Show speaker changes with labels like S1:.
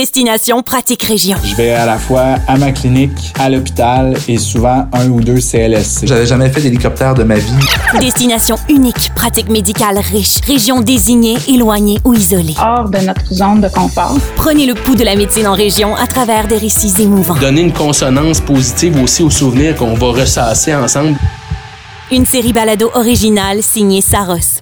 S1: Destination Pratique Région.
S2: Je vais à la fois à ma clinique, à l'hôpital et souvent un ou deux CLSC.
S3: J'avais jamais fait d'hélicoptère de ma vie.
S1: Destination unique, pratique médicale riche, région désignée, éloignée ou isolée.
S4: hors de notre zone de confort.
S1: Prenez le pouls de la médecine en région à travers des récits émouvants.
S5: Donner une consonance positive aussi aux souvenirs qu'on va ressasser ensemble.
S1: Une série balado originale signée Saros.